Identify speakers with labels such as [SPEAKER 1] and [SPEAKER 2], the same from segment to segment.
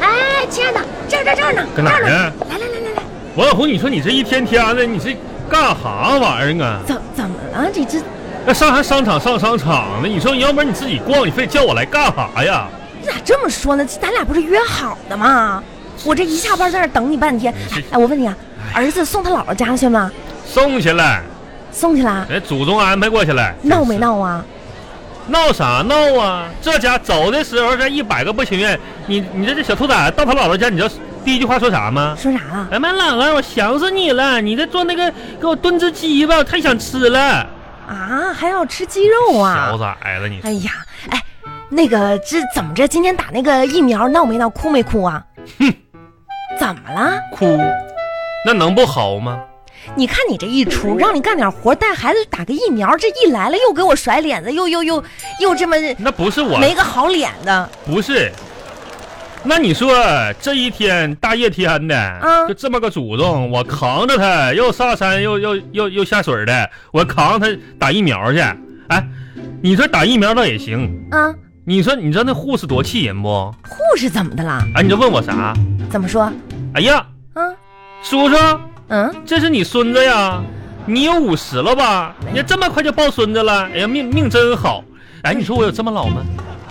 [SPEAKER 1] 哎
[SPEAKER 2] 搁哪儿啊？
[SPEAKER 1] 来来来来来，
[SPEAKER 2] 王小红，你说你这一天天的，你这干啥玩意儿啊？
[SPEAKER 1] 怎怎么了？这这
[SPEAKER 2] 那上啥商场上商场呢？你说你要不然你自己逛，你非叫我来干啥呀？
[SPEAKER 1] 你咋这么说呢？咱俩不是约好的吗？我这一下班在那儿等你半天。哎哎，我问你啊，儿子送他姥姥家去吗？
[SPEAKER 2] 送去了，
[SPEAKER 1] 送去了？啊
[SPEAKER 2] 人祖宗安排过去了。
[SPEAKER 1] 闹没？闹啊？
[SPEAKER 2] 闹啥闹啊？这家走的时候这一百个不情愿，你你这这小兔崽子到他姥姥家，你知道第一句话说啥吗？
[SPEAKER 1] 说啥了？
[SPEAKER 2] 哎妈，姥姥，我想死你了！你在做那个给我炖只鸡吧，我太想吃了。
[SPEAKER 1] 啊，还要吃鸡肉
[SPEAKER 2] 小
[SPEAKER 1] 啊？
[SPEAKER 2] 崽子，你
[SPEAKER 1] 哎呀，哎，那个这怎么着？今天打那个疫苗闹没闹？哭没哭啊？
[SPEAKER 2] 哼，
[SPEAKER 1] 怎么了？
[SPEAKER 2] 哭，那能不嚎吗？
[SPEAKER 1] 你看你这一出，让你干点活，带孩子打个疫苗，这一来了又给我甩脸子，又又又又这么
[SPEAKER 2] 那不是我，
[SPEAKER 1] 没个好脸的。
[SPEAKER 2] 不是。那你说这一天大热天的，
[SPEAKER 1] 嗯
[SPEAKER 2] 就这么个祖宗，我扛着他又上山又又又又下水的，我扛他打疫苗去。哎，你说打疫苗倒也行，
[SPEAKER 1] 啊，
[SPEAKER 2] 你说你知道那护士多气人不？
[SPEAKER 1] 护士怎么的啦？
[SPEAKER 2] 哎，你就问我啥？
[SPEAKER 1] 怎么说？啊
[SPEAKER 2] 哎呀，叔叔，
[SPEAKER 1] 嗯，
[SPEAKER 2] 这是你孙子呀？你有五十了吧？你这么快就抱孙子了？哎呀，命命真好。哎，你说我有这么老吗？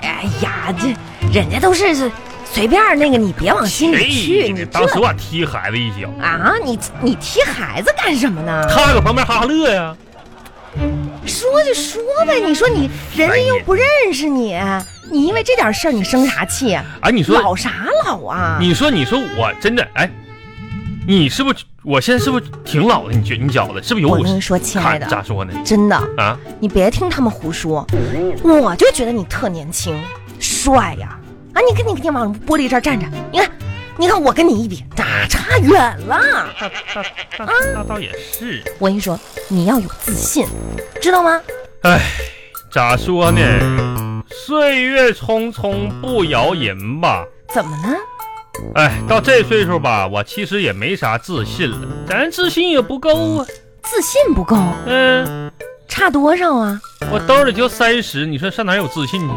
[SPEAKER 1] 哎呀，这人家都是是随便儿那个，你别往心里去，你
[SPEAKER 2] 哎当时
[SPEAKER 1] 这
[SPEAKER 2] 我踢孩子一脚，
[SPEAKER 1] 啊，你你踢孩子干什么呢？
[SPEAKER 2] 他搁旁边哈哈乐呀。
[SPEAKER 1] 说就说
[SPEAKER 2] 哎
[SPEAKER 1] 呗，你说你人家又不认识你，你因为这点事儿你生啥气啊？
[SPEAKER 2] 哎，你说，
[SPEAKER 1] 老啥老啊？
[SPEAKER 2] 你说，你说，我真的，哎，你是不是？我现在是不是挺老的？你觉你觉得是不是有
[SPEAKER 1] 我
[SPEAKER 2] 五
[SPEAKER 1] 跟你
[SPEAKER 2] 十？
[SPEAKER 1] 说，亲爱
[SPEAKER 2] 看咋
[SPEAKER 1] 的，
[SPEAKER 2] 说呢？
[SPEAKER 1] 真的。
[SPEAKER 2] 啊，
[SPEAKER 1] 你别听他们胡说，我就觉得你特年轻，帅呀！啊，你看你你往玻璃这儿站着，你看，你看我跟你一比，哪差远了？
[SPEAKER 2] 那那那
[SPEAKER 1] 嗯
[SPEAKER 2] 那倒也是。
[SPEAKER 1] 我跟你说，你要有自信，知道吗？
[SPEAKER 2] 哎，咋说呢？岁月匆匆不饶人吧。
[SPEAKER 1] 怎么呢？
[SPEAKER 2] 哎，到这岁数吧，我其实也没啥自信了，咱自信也不够啊。
[SPEAKER 1] 自信不够，
[SPEAKER 2] 嗯，
[SPEAKER 1] 差多少啊？
[SPEAKER 2] 我兜里就三十，你说上哪有自信去？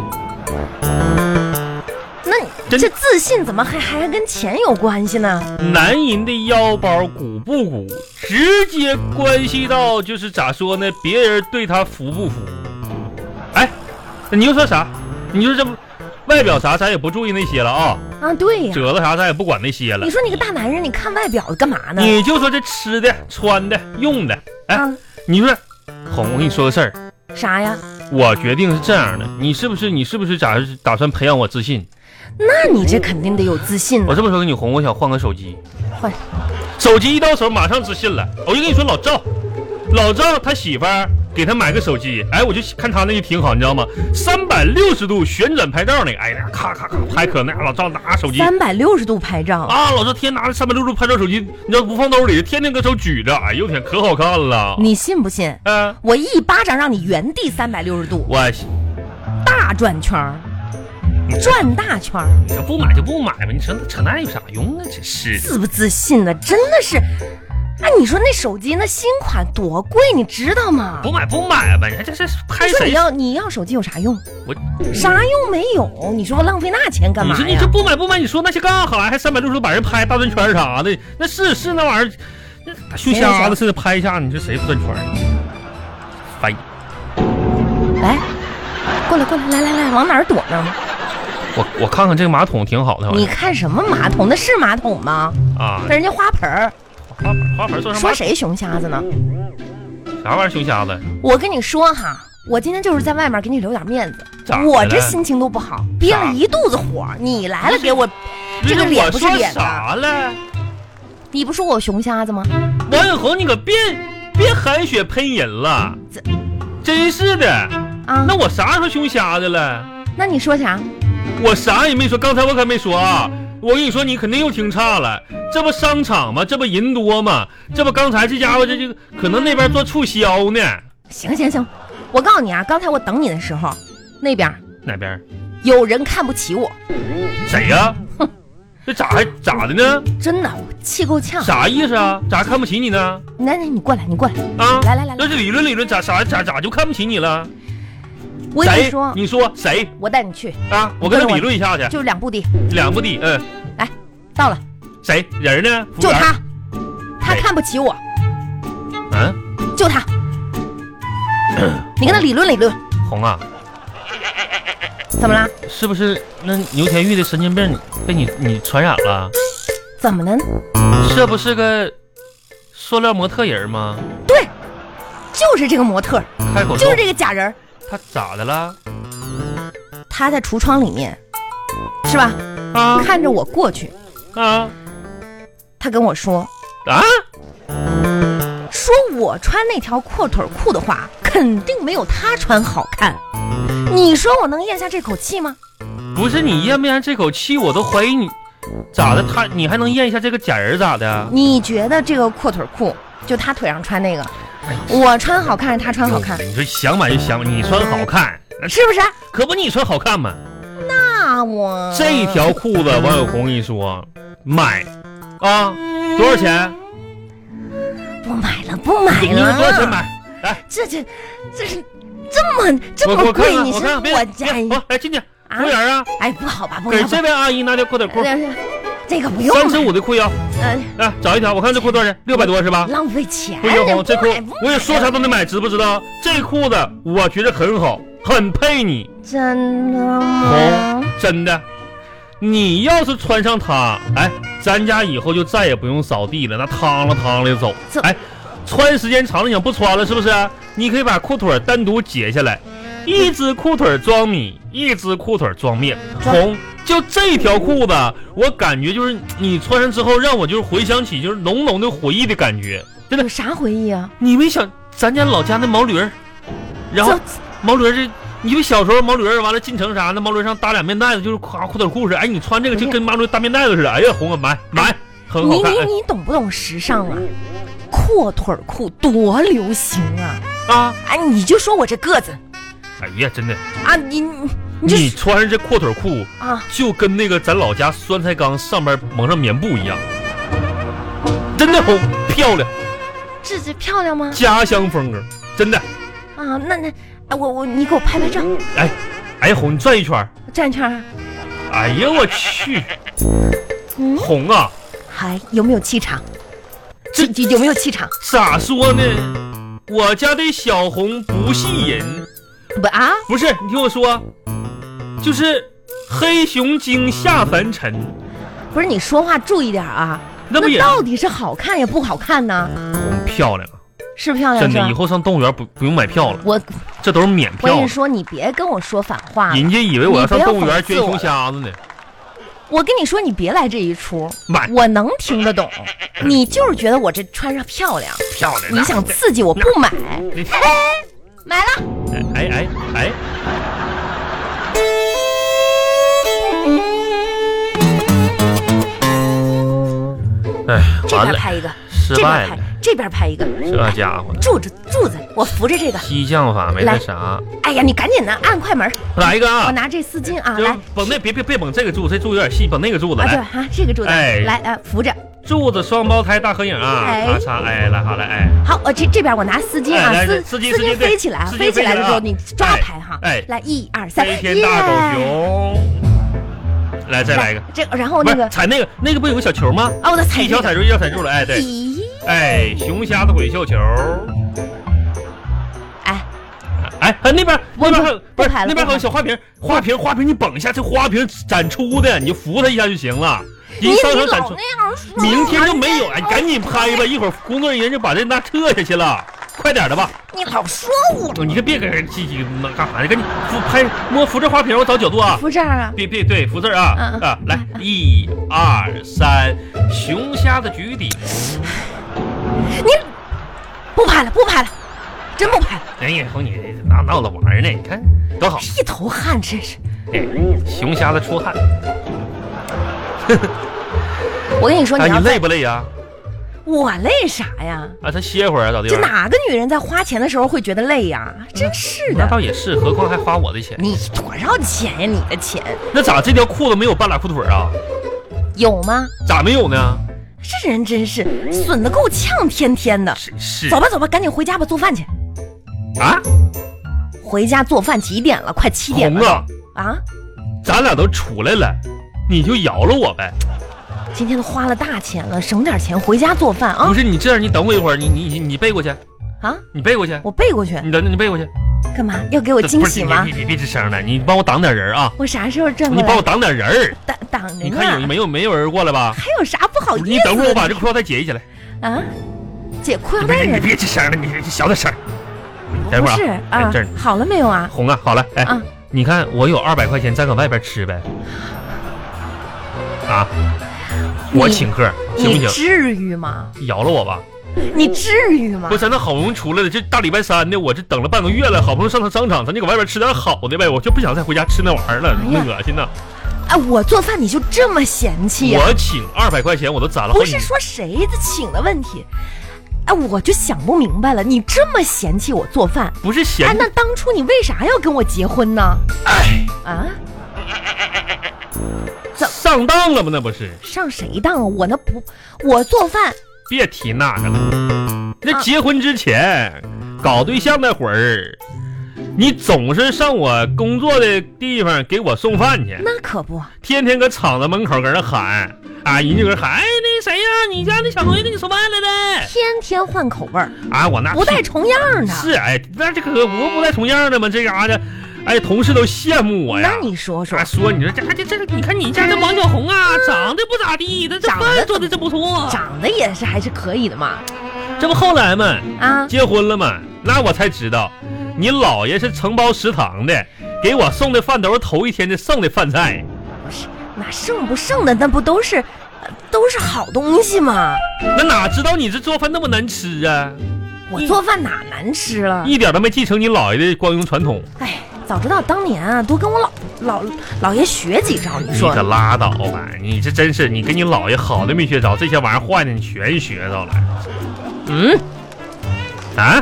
[SPEAKER 1] 那你
[SPEAKER 2] 真
[SPEAKER 1] 这自信怎么还还跟钱有关系呢？
[SPEAKER 2] 男人的腰包鼓不鼓，直接关系到就是咋说呢，别人对他服不服。
[SPEAKER 1] 嗯
[SPEAKER 2] 哎，你又说啥？你说这不外表啥咱也不注意那些了啊，
[SPEAKER 1] 啊，对呀、
[SPEAKER 2] 褶子啥咱也不管那些了
[SPEAKER 1] 你。说你个大男人，你看外表干嘛呢？
[SPEAKER 2] 你就说这吃的、穿的、用的，哎，
[SPEAKER 1] 啊，
[SPEAKER 2] 你说，红，我跟你说个事儿，
[SPEAKER 1] 啥呀？
[SPEAKER 2] 我决定是这样的，你是不是你是不是咋打算培养我自信？
[SPEAKER 1] 那你这肯定得有自信
[SPEAKER 2] 我
[SPEAKER 1] 呢。
[SPEAKER 2] 这么说跟你红，我想换个手机，
[SPEAKER 1] 换
[SPEAKER 2] 手机一到手马上自信了。我就跟你说，老赵，老赵他媳妇儿给他买个手机，哎，我就看他那就挺好，你知道吗？三百六十度旋转拍照那个，哎呀，咔咔咔拍可那老赵拿手机
[SPEAKER 1] 三百六十度拍照，
[SPEAKER 2] 啊，老赵天天拿着三百六十度拍照手机，你知道不放兜里，天天搁手举着，哎呦我天，可好看了。
[SPEAKER 1] 你信不信？
[SPEAKER 2] 嗯、
[SPEAKER 1] 我一巴掌让你原地三百六十度
[SPEAKER 2] 我哎
[SPEAKER 1] 大转圈儿，转大圈儿，
[SPEAKER 2] 你说不买就不买吧，你扯扯那有啥用啊？真是的。
[SPEAKER 1] 自不自信的，真的是。哎，你说那手机那新款多贵，你知道吗？
[SPEAKER 2] 不买不买吧，你还这这拍
[SPEAKER 1] 你说你
[SPEAKER 2] 谁？
[SPEAKER 1] 要你要手机有啥用？
[SPEAKER 2] 我
[SPEAKER 1] 啥用没有？你说我浪费那钱干
[SPEAKER 2] 你
[SPEAKER 1] 嘛
[SPEAKER 2] 说你这
[SPEAKER 1] 呀？
[SPEAKER 2] 不买不买，你说那些干啥呀？还三百六十度把人拍大转圈啥的？那是是那玩意儿，那大胸瞎子似的拍一下，你说谁不转圈儿？啊烦！
[SPEAKER 1] 来，过来过来，来来来，往哪儿躲呢？
[SPEAKER 2] 我我看看这个马桶挺好的，好
[SPEAKER 1] 你
[SPEAKER 2] 像
[SPEAKER 1] 看什么马桶？那是马桶吗？
[SPEAKER 2] 啊，
[SPEAKER 1] 那人家花盆儿。
[SPEAKER 2] 花花盆算什
[SPEAKER 1] 说
[SPEAKER 2] 么？
[SPEAKER 1] 谁熊瞎子呢？
[SPEAKER 2] 啥玩意儿熊瞎子？
[SPEAKER 1] 我跟你说哈，我今天就是在外面给你留点面子
[SPEAKER 2] 咋，的
[SPEAKER 1] 我这
[SPEAKER 2] 了
[SPEAKER 1] 心情都不好，憋了一肚子火，你来了给我，这个
[SPEAKER 2] 不是
[SPEAKER 1] 脸
[SPEAKER 2] 我
[SPEAKER 1] 不是
[SPEAKER 2] 说
[SPEAKER 1] 脸啊呐，
[SPEAKER 2] 啥了？
[SPEAKER 1] 你不说我熊瞎子吗？
[SPEAKER 2] 王永红，你可别别含血喷人了
[SPEAKER 1] 这，
[SPEAKER 2] 真是的。
[SPEAKER 1] 啊，
[SPEAKER 2] 那我啥时候熊瞎子了？
[SPEAKER 1] 那你说啥？
[SPEAKER 2] 我啥也没说，刚才我可没说啊！我跟你说，你肯定又听岔了。这不商场吗？这不人多吗？这不刚才这家伙这这个可能那边做促销呢，
[SPEAKER 1] 行行行，我告诉你啊，刚才我等你的时候，那边
[SPEAKER 2] 哪边？
[SPEAKER 1] 有人看不起我，
[SPEAKER 2] 谁呀、这咋还咋的呢？
[SPEAKER 1] 真的，我气够呛。
[SPEAKER 2] 啥意思啊？咋看不起你呢？
[SPEAKER 1] 来来，你过来，你过来，
[SPEAKER 2] 啊？
[SPEAKER 1] 来来来
[SPEAKER 2] 那
[SPEAKER 1] 来，
[SPEAKER 2] 这理论理论咋咋咋咋就看不起你了？
[SPEAKER 1] 我跟你
[SPEAKER 2] 谁？
[SPEAKER 1] 说，
[SPEAKER 2] 你说谁
[SPEAKER 1] 我带你去，
[SPEAKER 2] 啊？我跟
[SPEAKER 1] 跟
[SPEAKER 2] 他
[SPEAKER 1] 我
[SPEAKER 2] 理论一下去，
[SPEAKER 1] 就是两步地，
[SPEAKER 2] 两不地，嗯、
[SPEAKER 1] 来，到了，
[SPEAKER 2] 谁人呢？服务
[SPEAKER 1] 就
[SPEAKER 2] 员哎
[SPEAKER 1] 他，他
[SPEAKER 2] 谁
[SPEAKER 1] 看不起我，
[SPEAKER 2] 啊，
[SPEAKER 1] 就 他。你跟他理论理论，
[SPEAKER 2] 红啊，
[SPEAKER 1] 怎么啦？
[SPEAKER 2] 是不是那牛田玉的神经病被你你传染了？啊
[SPEAKER 1] 怎么了？
[SPEAKER 2] 这不是个塑料模特人吗？
[SPEAKER 1] 对，就是这个模特儿，
[SPEAKER 2] 开口
[SPEAKER 1] 就是这个假人儿，
[SPEAKER 2] 他咋的了？
[SPEAKER 1] 他在橱窗里面，是吧？
[SPEAKER 2] 啊
[SPEAKER 1] 看着我过去，
[SPEAKER 2] 啊
[SPEAKER 1] 他跟我说，
[SPEAKER 2] 啊！
[SPEAKER 1] 说我穿那条阔腿裤的话，肯定没有他穿好看。你说我能咽下这口气吗？
[SPEAKER 2] 不是你咽没咽这口气，我都怀疑你咋的？他你还能咽一下这个假人咋的？
[SPEAKER 1] 你觉得这个阔腿裤，就他腿上穿那个，
[SPEAKER 2] 哎呀
[SPEAKER 1] 我穿好看还是他穿好看？
[SPEAKER 2] 你说想买就想买，你穿好看，那
[SPEAKER 1] 是不是？
[SPEAKER 2] 可不你穿好看吗？
[SPEAKER 1] 那我
[SPEAKER 2] 这条裤子，王小红跟你说买啊，多少钱？
[SPEAKER 1] 不买了，不买
[SPEAKER 2] 你说多少钱
[SPEAKER 1] 了。啊
[SPEAKER 2] 买？来，
[SPEAKER 1] 这这这是这么这
[SPEAKER 2] 我
[SPEAKER 1] 么
[SPEAKER 2] 我看
[SPEAKER 1] 贵？
[SPEAKER 2] 看，
[SPEAKER 1] 你
[SPEAKER 2] 我
[SPEAKER 1] 是
[SPEAKER 2] 看看，别
[SPEAKER 1] 我家
[SPEAKER 2] 别，我来进去，服务员啊，
[SPEAKER 1] 哎，不好吧，不
[SPEAKER 2] 给
[SPEAKER 1] 好吧哎
[SPEAKER 2] 这，位阿姨拿条阔腿裤，
[SPEAKER 1] 这这个不用
[SPEAKER 2] 三
[SPEAKER 1] 了
[SPEAKER 2] 尺五的裤腰，
[SPEAKER 1] 呃，
[SPEAKER 2] 来哎找一条，我看这裤多少钱？六百多是吧？
[SPEAKER 1] 浪费钱。
[SPEAKER 2] 不行，红，这裤
[SPEAKER 1] 哎不买不买
[SPEAKER 2] 我也说啥都能买，知不知道？这裤子我觉得很好，很配你，
[SPEAKER 1] 真的吗
[SPEAKER 2] 红？，真的。你要是穿上它，哎，咱家以后就再也不用扫地了，那趟了趟了走
[SPEAKER 1] 这。
[SPEAKER 2] 哎，穿时间长了，你想不穿了是不是？你可以把裤腿单独截下来，一只裤腿装米，一只裤腿装面。
[SPEAKER 1] 装
[SPEAKER 2] 红，就这条裤子，我感觉就是你穿上之后，让我就是回想起就是浓浓的回忆的感觉，真的
[SPEAKER 1] 有。啥回忆啊？
[SPEAKER 2] 你没想咱家老家那毛驴儿，然后
[SPEAKER 1] 这
[SPEAKER 2] 毛驴儿这，你们小时候毛驴儿完了进城啥，那毛驴儿上搭俩面袋子，就是夸裤腿裤似的。哎，你穿这个就跟毛驴搭面袋子似的。哎呀，红啊，买买，很
[SPEAKER 1] 你
[SPEAKER 2] 好看哎
[SPEAKER 1] 你你懂不懂时尚啊？阔腿裤多流行啊！
[SPEAKER 2] 哎啊！
[SPEAKER 1] 哎，你就说我这个子
[SPEAKER 2] 哎呀，真的，
[SPEAKER 1] 啊，你你就
[SPEAKER 2] 你穿上这阔腿裤，
[SPEAKER 1] 啊，
[SPEAKER 2] 就跟那个咱老家酸菜缸上边蒙上棉布一样，真的红漂亮，
[SPEAKER 1] 这这漂亮吗？
[SPEAKER 2] 家乡风格，真的。
[SPEAKER 1] 啊，那那哎我我你给我拍拍照，
[SPEAKER 2] 哎，哎呀，红，你转一圈儿。
[SPEAKER 1] 转一圈啊！
[SPEAKER 2] 哎呀，我去，
[SPEAKER 1] 嗯，
[SPEAKER 2] 红啊！
[SPEAKER 1] 还有没有气场？
[SPEAKER 2] 这
[SPEAKER 1] 有有没有气场？
[SPEAKER 2] 咋说呢？我家的小红不系人，
[SPEAKER 1] 不啊，
[SPEAKER 2] 不是你听我说，就是黑熊精下凡尘，
[SPEAKER 1] 不是你说话注意点啊！
[SPEAKER 2] 那不也
[SPEAKER 1] 到底是好看也不好看呢？
[SPEAKER 2] 红漂亮啊？
[SPEAKER 1] 是漂亮
[SPEAKER 2] 真
[SPEAKER 1] 是吧
[SPEAKER 2] 的，以？后上动物园不不用买票了，
[SPEAKER 1] 我
[SPEAKER 2] 这都是免
[SPEAKER 1] 我跟
[SPEAKER 2] 票
[SPEAKER 1] 你。说，你别跟我说反话了。
[SPEAKER 2] 人家以为我要上动物园
[SPEAKER 1] 你不
[SPEAKER 2] 捐
[SPEAKER 1] 要讽刺我
[SPEAKER 2] 熊瞎子呢，
[SPEAKER 1] 我跟你说，你别来这一出。
[SPEAKER 2] 买
[SPEAKER 1] 我能听得懂，
[SPEAKER 2] 嗯
[SPEAKER 1] 你就是觉得我这穿上漂亮，
[SPEAKER 2] 漂亮啊。
[SPEAKER 1] 你想刺激我不买，
[SPEAKER 2] 你
[SPEAKER 1] 买了。
[SPEAKER 2] 哎哎哎哎，哎，
[SPEAKER 1] 这
[SPEAKER 2] 完
[SPEAKER 1] 边
[SPEAKER 2] 了，
[SPEAKER 1] 拍一个，
[SPEAKER 2] 失
[SPEAKER 1] 这边拍
[SPEAKER 2] 败了，，
[SPEAKER 1] 这边拍一个，
[SPEAKER 2] 这家伙的
[SPEAKER 1] 柱子柱子，我扶着这个。
[SPEAKER 2] 激将法没那啥，
[SPEAKER 1] 哎呀，你赶紧的，按快门，
[SPEAKER 2] 来一个
[SPEAKER 1] 我
[SPEAKER 2] 啊！
[SPEAKER 1] 拿这丝巾啊，
[SPEAKER 2] 就
[SPEAKER 1] 来
[SPEAKER 2] 是绷那别别别绷这个柱，这柱有点细，绷那个柱子
[SPEAKER 1] 啊，对
[SPEAKER 2] 来。
[SPEAKER 1] 啊，这个柱子，
[SPEAKER 2] 哎
[SPEAKER 1] 来啊，扶着。
[SPEAKER 2] 柱子双胞胎大合影啊！
[SPEAKER 1] 哎
[SPEAKER 2] 咔嚓，哎，来好来，哎，
[SPEAKER 1] 好，我这这边我拿丝巾啊
[SPEAKER 2] 哎来，
[SPEAKER 1] 丝
[SPEAKER 2] 丝巾
[SPEAKER 1] 巾
[SPEAKER 2] 丝巾对
[SPEAKER 1] 飞起来，
[SPEAKER 2] 丝巾
[SPEAKER 1] 飞起来的时候
[SPEAKER 2] 飞起
[SPEAKER 1] 你
[SPEAKER 2] 来啊
[SPEAKER 1] 抓
[SPEAKER 2] 哎
[SPEAKER 1] 拍哈
[SPEAKER 2] 哎，
[SPEAKER 1] 来一二三，
[SPEAKER 2] 飞天大狗熊，来再来一个，
[SPEAKER 1] 这然后哦
[SPEAKER 2] 不
[SPEAKER 1] 那
[SPEAKER 2] 是
[SPEAKER 1] 个
[SPEAKER 2] 踩那个那个不有个小球吗？
[SPEAKER 1] 啊，我的踩
[SPEAKER 2] 一
[SPEAKER 1] 这个，
[SPEAKER 2] 脚踩住，一脚踩住了，哎对，
[SPEAKER 1] 咦，
[SPEAKER 2] 哎，熊瞎子滚绣球，
[SPEAKER 1] 哎，
[SPEAKER 2] 哎，哎那边
[SPEAKER 1] 不
[SPEAKER 2] 那边还有
[SPEAKER 1] 不
[SPEAKER 2] 不是
[SPEAKER 1] 不拍了
[SPEAKER 2] 那边还有小花瓶，花瓶花瓶你绷一下，这花瓶展出的你就扶它一下就行了，
[SPEAKER 1] 你
[SPEAKER 2] 一上
[SPEAKER 1] 哎你
[SPEAKER 2] 手展
[SPEAKER 1] 老
[SPEAKER 2] 出。
[SPEAKER 1] 那样说，
[SPEAKER 2] 明天就没有，哎，赶紧拍吧，一会儿工作人员就把这那撤下去了，快点的吧，
[SPEAKER 1] 你老说我
[SPEAKER 2] 你可别搁这叽叽那干啥呢？赶紧扶拍摸扶这花瓶，我找角度啊。
[SPEAKER 1] 扶这儿啊，
[SPEAKER 2] 别别对，扶这儿啊
[SPEAKER 1] 嗯
[SPEAKER 2] 啊！来，一二三，熊瞎子举底。
[SPEAKER 1] 你不拍了，不拍了，真不拍了，
[SPEAKER 2] 哎呀，瞅你那闹着玩儿呢，你看多好！
[SPEAKER 1] 一头汗，真是。
[SPEAKER 2] 哎熊瞎子出汗，
[SPEAKER 1] 我跟你说，你
[SPEAKER 2] 哎，你
[SPEAKER 1] 要
[SPEAKER 2] 累不累呀？
[SPEAKER 1] 我累啥呀？
[SPEAKER 2] 啊，他歇会儿啊，咋地
[SPEAKER 1] 这
[SPEAKER 2] 方？
[SPEAKER 1] 哪个女人在花钱的时候会觉得累呀？真是
[SPEAKER 2] 那
[SPEAKER 1] 的，
[SPEAKER 2] 倒也是，何况还花我的钱。
[SPEAKER 1] 你多少钱呀？你的钱
[SPEAKER 2] 那咋这条裤子没有半拉裤腿儿啊？
[SPEAKER 1] 有吗？
[SPEAKER 2] 咋没有呢？
[SPEAKER 1] 这人真是损的够呛，天天的。
[SPEAKER 2] 是是
[SPEAKER 1] 走吧走吧，赶紧回家吧，做饭去。
[SPEAKER 2] 啊，
[SPEAKER 1] 回家做饭几点了？快七点
[SPEAKER 2] 红
[SPEAKER 1] 了
[SPEAKER 2] 啊！
[SPEAKER 1] 啊！
[SPEAKER 2] 咱俩都出来了，你就饶了我呗。
[SPEAKER 1] 今天都花了大钱了，省点钱回家做饭啊
[SPEAKER 2] 不是你这样，你等我一会儿，你你你你背过去，
[SPEAKER 1] 啊！
[SPEAKER 2] 你背过去，
[SPEAKER 1] 我背过去
[SPEAKER 2] 你等等，你背过去。
[SPEAKER 1] 干嘛？要给我
[SPEAKER 2] 这
[SPEAKER 1] 惊
[SPEAKER 2] 不是
[SPEAKER 1] 喜
[SPEAKER 2] 你
[SPEAKER 1] 吗
[SPEAKER 2] 你？你你别吱声了，你帮我挡点人啊！
[SPEAKER 1] 我啥时候挣
[SPEAKER 2] 你
[SPEAKER 1] 过
[SPEAKER 2] 帮我
[SPEAKER 1] 来？
[SPEAKER 2] 挡点人儿，
[SPEAKER 1] 挡挡着
[SPEAKER 2] 你看有
[SPEAKER 1] 呢，
[SPEAKER 2] 没有没有人过来吧？
[SPEAKER 1] 还有啥不好意思的？
[SPEAKER 2] 你等会儿我把这裤腰带解一下来。
[SPEAKER 1] 啊，姐裤腰
[SPEAKER 2] 你
[SPEAKER 1] 带
[SPEAKER 2] 别你
[SPEAKER 1] 儿
[SPEAKER 2] 别吱声了，你你小点声儿。等
[SPEAKER 1] 不
[SPEAKER 2] 会儿
[SPEAKER 1] 是
[SPEAKER 2] 啊，哎
[SPEAKER 1] 啊
[SPEAKER 2] 这儿，
[SPEAKER 1] 好了没有啊？
[SPEAKER 2] 红啊，好了，哎，
[SPEAKER 1] 啊，
[SPEAKER 2] 你看我有二百块钱，咱搁外边吃呗。啊，我
[SPEAKER 1] 你
[SPEAKER 2] 请客行不
[SPEAKER 1] 你啊
[SPEAKER 2] 行？
[SPEAKER 1] 至于吗？
[SPEAKER 2] 饶了我吧！
[SPEAKER 1] 你至于吗
[SPEAKER 2] 不？是，咱那好不容易出来了，这大礼拜三的，我这等了半个月了，好不容易上趟商场，咱就搁外边吃点好的呗，我就不想再回家吃那玩意儿了，
[SPEAKER 1] 哎呀
[SPEAKER 2] 恶心呐！
[SPEAKER 1] 哎，我做饭你就这么嫌弃呀、
[SPEAKER 2] 我请二百块钱，我都攒了好
[SPEAKER 1] 不
[SPEAKER 2] 几
[SPEAKER 1] 是说谁的请的问题，哎，我就想不明白了，你这么嫌弃我做饭，
[SPEAKER 2] 不是嫌
[SPEAKER 1] 哎，那当初你为啥要跟我结婚呢？
[SPEAKER 2] 哎
[SPEAKER 1] 啊，怎
[SPEAKER 2] 上当了吗？那不是，
[SPEAKER 1] 上谁当啊？我那不，我做饭
[SPEAKER 2] 别提那个了。那
[SPEAKER 1] 啊
[SPEAKER 2] 结婚之前搞对象那会儿，你总是上我工作的地方给我送饭去，
[SPEAKER 1] 那可不，
[SPEAKER 2] 天天搁厂子门口搁那喊，啊，人就搁那喊，哎，那谁呀、你家那小东西给你送饭来呗？
[SPEAKER 1] 天天换口味儿，
[SPEAKER 2] 啊，我那
[SPEAKER 1] 不带重样儿的。
[SPEAKER 2] 是哎，那这个我不带重样的吗？这嘎的，哎，同事都羡慕我呀。
[SPEAKER 1] 那你说说
[SPEAKER 2] 啊，，说你说这这这，你看你家这王小红啊，长得不咋地，但这
[SPEAKER 1] 长得
[SPEAKER 2] 饭
[SPEAKER 1] 怎
[SPEAKER 2] 做的真不错。啊
[SPEAKER 1] 长得也是还是可以的嘛。
[SPEAKER 2] 这不后来嘛，
[SPEAKER 1] 啊，
[SPEAKER 2] 结婚了嘛，那我才知道，你姥爷是承包食堂的，给我送的饭都是头一天的剩的饭菜。
[SPEAKER 1] 不是，那剩不剩的那不都是，呃都是好东西吗？
[SPEAKER 2] 那哪知道你这做饭那么难吃啊？
[SPEAKER 1] 我
[SPEAKER 2] 一
[SPEAKER 1] 做饭哪难吃了？
[SPEAKER 2] 一点都没继承你姥爷的光荣传统。
[SPEAKER 1] 哎，早知道当年啊，多跟我老老老爷学几招。你
[SPEAKER 2] 你
[SPEAKER 1] 说
[SPEAKER 2] 可拉倒吧！你这真是，你跟你姥爷好的没学着，这些玩意儿坏的你全学着了。
[SPEAKER 1] 嗯，
[SPEAKER 2] 啊？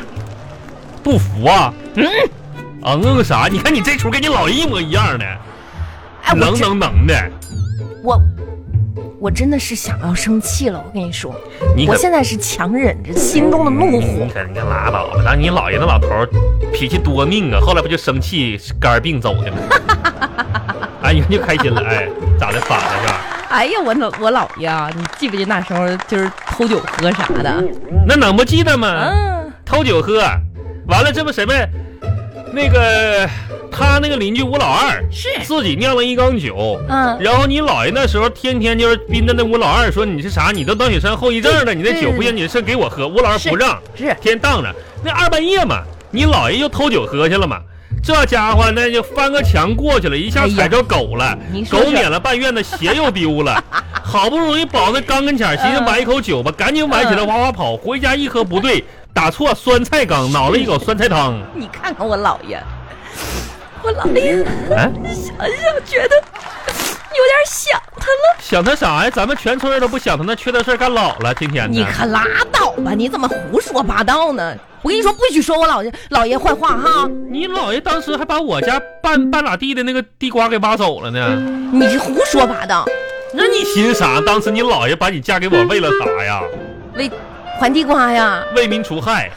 [SPEAKER 2] 不服啊？嗯，嗯嗯啥？你看你这出跟你姥爷一模一样的，
[SPEAKER 1] 哎，我
[SPEAKER 2] 能
[SPEAKER 1] 真
[SPEAKER 2] 能能的。
[SPEAKER 1] 我我真的是想要生气了。我跟你说，
[SPEAKER 2] 你可
[SPEAKER 1] 我现在是强忍着心中的怒火
[SPEAKER 2] 嗯你。可你可拉倒吧！当你姥爷那老头儿脾气多命啊，后来不就生气肝儿病走 的吗？哎，你看就开心了，哎，咋的反了是吧？
[SPEAKER 3] 哎呀，我老我姥爷啊，你记不记那时候就是偷酒喝啥的？
[SPEAKER 2] 那能不记得吗？
[SPEAKER 3] 嗯，
[SPEAKER 2] 偷酒喝，完了这不什么，那个他那个邻居吴老二
[SPEAKER 3] 是
[SPEAKER 2] 自己酿了一缸酒，
[SPEAKER 1] 嗯，
[SPEAKER 2] 然后你姥爷那时候天天就是逼着那吴老二说你是啥，你都脑血栓后遗症了，你那酒不行，你剩给我喝。吴老二不让，
[SPEAKER 1] 是
[SPEAKER 2] 天当着那二半夜嘛，你姥爷又偷酒喝去了嘛。这家伙那就翻个墙过去了，一下踩着狗了，
[SPEAKER 3] 你哎说
[SPEAKER 2] 狗
[SPEAKER 3] 说，
[SPEAKER 2] 撵了半院子，鞋又丢 了。好不容易保那缸跟前儿，寻思
[SPEAKER 3] 嗯
[SPEAKER 2] 买一口酒吧，赶紧崴起来，
[SPEAKER 3] 嗯
[SPEAKER 2] 哇哇跑。回家一喝不对，打错酸菜缸，脑了一口酸菜汤。
[SPEAKER 3] 你看看我姥爷，我姥爷
[SPEAKER 2] 哎，
[SPEAKER 3] 想想觉得有点想他了。
[SPEAKER 2] 想他啥呀？咱们全村人都不想他，那缺德事儿干老了。今天
[SPEAKER 3] 你
[SPEAKER 2] 呢？
[SPEAKER 3] 可拉倒吧，你怎么胡说八道呢？我跟你说，不许说我姥爷姥爷坏话哈！
[SPEAKER 2] 你姥爷当时还把我家半半拉地的那个地瓜给挖走了呢，
[SPEAKER 3] 你是胡说八道，
[SPEAKER 2] 那你寻啥？当时你姥爷把你嫁给我为了啥呀？
[SPEAKER 3] 为还地瓜呀，
[SPEAKER 2] 为民 除害，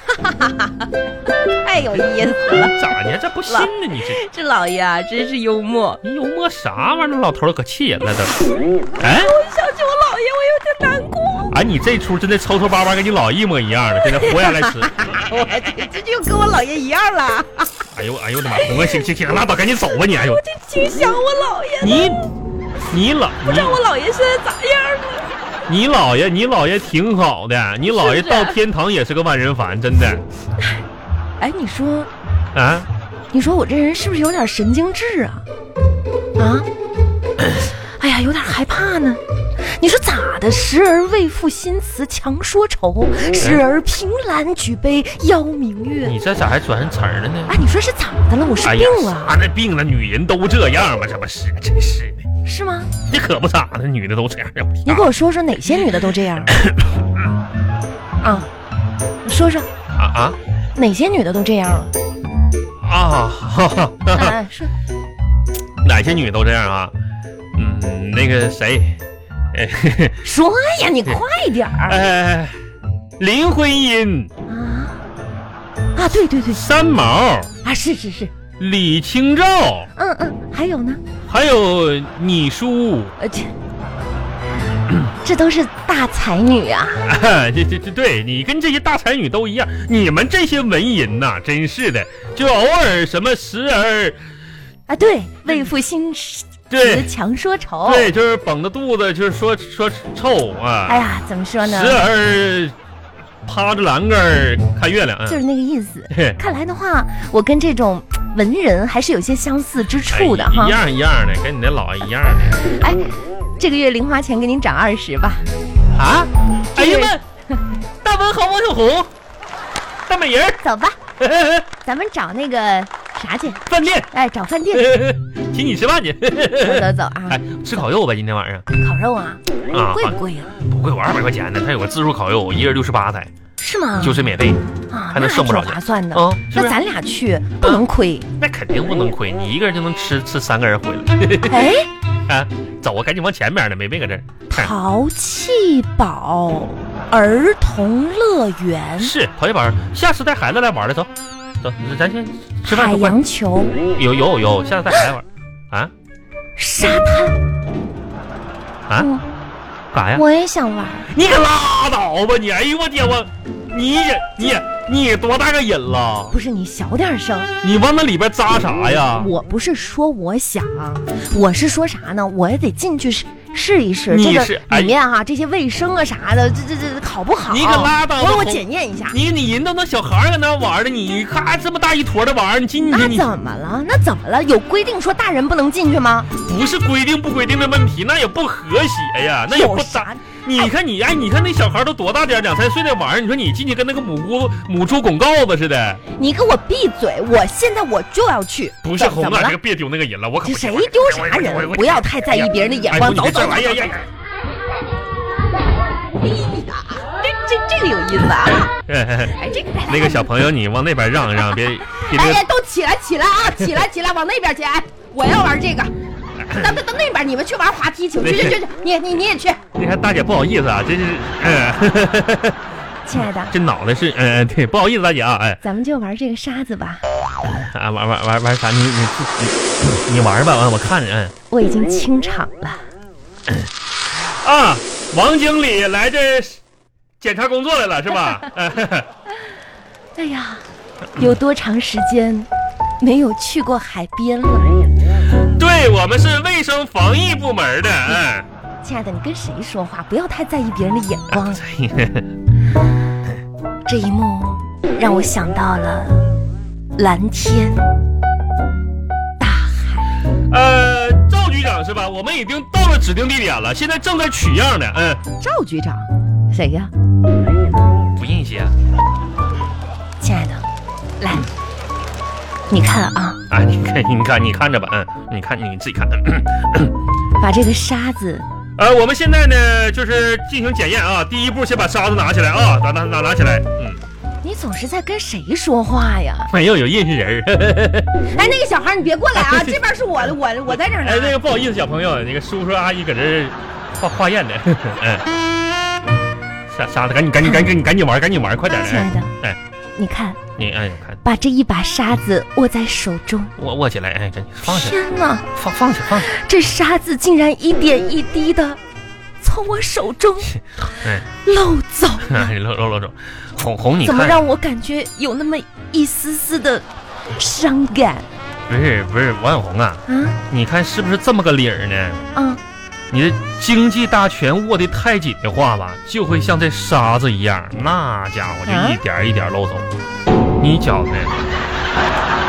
[SPEAKER 3] 太有意思了。
[SPEAKER 2] 咋呢？这不信呢？你这
[SPEAKER 3] 这姥爷啊，真是幽默。
[SPEAKER 2] 你幽默啥玩意儿？那老头儿可气人了都。 哎
[SPEAKER 3] 想起我姥爷，我有点难过。
[SPEAKER 2] 哎，你这出真的抽抽巴巴，跟你姥爷一模一样的，现在活下来吃。
[SPEAKER 3] 我哎这这就跟我姥爷一样了。
[SPEAKER 2] 哎呦哎呦我的妈！红哥，行行行，拉倒，赶紧走吧你！哎呦，
[SPEAKER 3] 挺想我姥爷的，
[SPEAKER 2] 你你姥
[SPEAKER 3] 不知道我姥爷现在咋样了。
[SPEAKER 2] 你你姥爷你姥爷挺好的，你姥爷
[SPEAKER 3] 是不
[SPEAKER 2] 到
[SPEAKER 3] 是
[SPEAKER 2] 天堂也是个万人烦，真的
[SPEAKER 1] 哎，你说，
[SPEAKER 2] 啊。
[SPEAKER 1] 你说我这人是不是有点神经质啊？啊？ 哎呀，有点害怕呢。你说咋的？时而为赋新词强说愁，
[SPEAKER 3] 嗯
[SPEAKER 1] 时而凭栏举杯邀明月。
[SPEAKER 2] 你这咋还转词儿了呢？
[SPEAKER 1] 哎，你说是咋的了？我是
[SPEAKER 2] 哎
[SPEAKER 1] 病
[SPEAKER 2] 呀，
[SPEAKER 1] 了、
[SPEAKER 2] 啥那病了，女人都这样吧？这不是，真是的，
[SPEAKER 1] 是吗？
[SPEAKER 2] 这可不咋的，女的都这样。要不
[SPEAKER 1] 你给我说说哪些女的都这样啊？啊，你说说
[SPEAKER 2] 啊
[SPEAKER 1] 哪些女的都这 样了？
[SPEAKER 2] 啊啊！哈哈哈
[SPEAKER 1] 哎，说
[SPEAKER 2] 哪些女都这样啊？嗯，那个谁，哎嘿嘿
[SPEAKER 1] 说呀，你快点儿
[SPEAKER 2] 哎，林徽因、
[SPEAKER 1] 啊！啊，对对对，
[SPEAKER 2] 三毛、
[SPEAKER 1] 啊，是是是，
[SPEAKER 2] 李清照，
[SPEAKER 1] 嗯嗯，还有呢，
[SPEAKER 2] 还有你叔，
[SPEAKER 1] 呃，这这都是大才女啊！
[SPEAKER 2] 这这这，对你跟这些大才女都一样，你们这些文人呐、真是的，就偶尔什么时而，
[SPEAKER 1] 啊，对，为赋新词
[SPEAKER 2] 对
[SPEAKER 1] 强说愁。
[SPEAKER 2] 对，就是绷着肚子，就是说说臭啊，
[SPEAKER 1] 哎呀，怎么说呢
[SPEAKER 2] 时？而趴着栏杆儿看月 亮啊，
[SPEAKER 1] 就是那个意 思。
[SPEAKER 2] 嘿
[SPEAKER 1] 看来的话，我跟这种文人还是有些相似之处的
[SPEAKER 2] 哎
[SPEAKER 1] 哈
[SPEAKER 2] 一。样一样的，跟你那老爷一样的
[SPEAKER 1] 哎，这个月零花钱给您涨二十吧。
[SPEAKER 2] 啊！哎
[SPEAKER 1] 这
[SPEAKER 2] 呀
[SPEAKER 1] 个
[SPEAKER 2] 妈，大文豪王小红，大美人
[SPEAKER 1] 走吧，
[SPEAKER 2] 儿，
[SPEAKER 1] 咱们找那个啥去？
[SPEAKER 2] 饭店，
[SPEAKER 1] 哎，找饭店。
[SPEAKER 2] 请你吃饭去。
[SPEAKER 1] 走走走啊
[SPEAKER 2] 哎，，吃烤肉吧，今天晚上
[SPEAKER 1] 烤肉啊，
[SPEAKER 2] 啊，
[SPEAKER 1] 贵不贵呀、
[SPEAKER 2] 不贵，我二百块钱呢，它有个自助烤肉，一人六十八才，
[SPEAKER 1] 是吗？
[SPEAKER 2] 酒水免费
[SPEAKER 1] 啊，
[SPEAKER 2] 还能
[SPEAKER 1] 那
[SPEAKER 2] 剩不
[SPEAKER 1] 挺
[SPEAKER 2] 少钱
[SPEAKER 1] 划算的。
[SPEAKER 2] 啊，是
[SPEAKER 1] 那
[SPEAKER 2] 不是？
[SPEAKER 1] 咱俩去不能亏。
[SPEAKER 2] 那肯定不能亏，你一个人就能吃吃三个人回来
[SPEAKER 1] 哎，
[SPEAKER 2] 啊！走啊，赶紧往前边儿了，哎没那个人。看
[SPEAKER 1] 淘气堡儿童乐园
[SPEAKER 2] 是陶小宝，下次带孩子来玩了，走走，咱先吃饭
[SPEAKER 1] 海
[SPEAKER 2] 去快。
[SPEAKER 1] 洋球
[SPEAKER 2] 有有有，下次带孩子玩啊？
[SPEAKER 1] 沙
[SPEAKER 2] 哎
[SPEAKER 1] 滩
[SPEAKER 2] 啊
[SPEAKER 1] 嗯
[SPEAKER 2] 干啥呀？
[SPEAKER 1] 我也想玩。
[SPEAKER 2] 你可拉倒吧你！哎呦我天我，你也你也你多大个瘾了？
[SPEAKER 1] 不是你小点声，
[SPEAKER 2] 你往那里边扎啥呀？
[SPEAKER 1] 我不是说我想，我是说啥呢？我也得进去试试一试
[SPEAKER 2] 你
[SPEAKER 1] 这
[SPEAKER 2] 是
[SPEAKER 1] 个
[SPEAKER 2] 哎
[SPEAKER 1] 里面哈、这些卫生啊啥的，这这这好不好？
[SPEAKER 2] 你可拉倒吧
[SPEAKER 1] 我让我
[SPEAKER 2] 红
[SPEAKER 1] 检验一下。
[SPEAKER 2] 你你人都那小孩儿搁那玩儿呢，你咔这么大一坨的玩意儿，你进去
[SPEAKER 1] 那
[SPEAKER 2] 你
[SPEAKER 1] 怎么了？那怎么了？有规定说大人不能进去吗？
[SPEAKER 2] 不是规定不规定的问题，那也不和谐呀，那也不
[SPEAKER 1] 有
[SPEAKER 2] 搭
[SPEAKER 1] 啥。
[SPEAKER 2] 你看你哎，你看那小孩都多大点儿，两三岁那玩意儿，你说你进去跟那个母猪母猪拱告子似的，
[SPEAKER 1] 你给我闭嘴！我现在我就要去。
[SPEAKER 2] 不是
[SPEAKER 1] 怎
[SPEAKER 2] 红
[SPEAKER 1] 怎么
[SPEAKER 2] 啊，
[SPEAKER 1] 了
[SPEAKER 2] 这个？别丢那个人了，我可
[SPEAKER 1] 这
[SPEAKER 2] 不
[SPEAKER 1] 谁
[SPEAKER 2] 我
[SPEAKER 1] 丢啥人？不要太在意别人的眼光。走走走走
[SPEAKER 2] 哎呀
[SPEAKER 1] 走走
[SPEAKER 2] 呀呀！
[SPEAKER 1] 哎呀，这这这个有意思啊！
[SPEAKER 2] 哎哎哎
[SPEAKER 1] 哎，这个来来
[SPEAKER 2] 那个小朋友，你往那边让一 让，别别
[SPEAKER 3] 哎
[SPEAKER 2] 那
[SPEAKER 3] 呀
[SPEAKER 2] 个，
[SPEAKER 3] 都起来起来啊，起来起来，往那边去！哎，我要玩这个。等等等那边，你们去玩滑梯去，去去去去，你你你也去。
[SPEAKER 2] 那还大姐不好意思啊，真是，嗯，
[SPEAKER 1] 亲爱的，
[SPEAKER 2] 这脑袋是，嗯，对，不好意思，大姐啊，哎，
[SPEAKER 1] 咱们就玩这个沙子吧。
[SPEAKER 2] 啊，玩玩玩玩啥？你你你你玩吧，完我看着，嗯。
[SPEAKER 1] 我已经清场了。
[SPEAKER 2] 啊，王经理来这检查工作来了是 吧？
[SPEAKER 1] 哎呀，有多长时间没有去过海边了？
[SPEAKER 2] 对我们是卫生防疫部门的。 嗯
[SPEAKER 1] 亲爱的，你跟谁说话？不要太在意别人的眼光啊了。这一幕让我想到了蓝天、大海。
[SPEAKER 2] 呃，赵局长是吧？我们已经到了指定地点了，现在正在取样呢。嗯，
[SPEAKER 3] 赵局长，谁呀？
[SPEAKER 2] 不认识啊？
[SPEAKER 1] 亲爱的，来，你看啊，
[SPEAKER 2] 啊，你看，你看，你看着吧。嗯，你看你自己看。
[SPEAKER 1] 把这个沙子，
[SPEAKER 2] 呃，我们现在呢就是进行检验啊，第一步先把沙子拿起来啊，拿拿拿拿起来。嗯，
[SPEAKER 1] 你总是在跟谁说话呀？
[SPEAKER 2] 没有有认识人儿。
[SPEAKER 3] 哎，那个小孩，你别过来
[SPEAKER 1] 哎
[SPEAKER 3] 啊，这边是我的，我我在这儿
[SPEAKER 2] 哎，那
[SPEAKER 3] 呢。
[SPEAKER 2] 个不好意思，小朋友，那个叔叔阿姨搁这儿化化验 呢。嗯，啥啥的，赶紧赶紧赶紧赶紧玩，赶紧玩，快点
[SPEAKER 1] 亲爱
[SPEAKER 2] 的。
[SPEAKER 1] 的，
[SPEAKER 2] 哎，
[SPEAKER 1] 你看，
[SPEAKER 2] 你哎，我看
[SPEAKER 1] 把这一把沙子握在手中，
[SPEAKER 2] 握握起来，哎，赶紧放下，
[SPEAKER 1] 天哪，
[SPEAKER 2] 放放下，放下。
[SPEAKER 1] 这沙子竟然一点一滴的从我手中
[SPEAKER 2] 哎，
[SPEAKER 1] 漏走，
[SPEAKER 2] 哎搂搂搂搂，哄哄你
[SPEAKER 1] 怎么
[SPEAKER 2] 看，
[SPEAKER 1] 让我感觉有那么一丝丝的伤感
[SPEAKER 2] 不是不是，王小红啊，
[SPEAKER 1] 啊？
[SPEAKER 2] 你看是不是这么个理儿呢？
[SPEAKER 1] 嗯，
[SPEAKER 2] 你的经济大权握得太紧的话吧，就会像这沙子一样，那家伙就一点儿一点儿漏走。你觉得呢？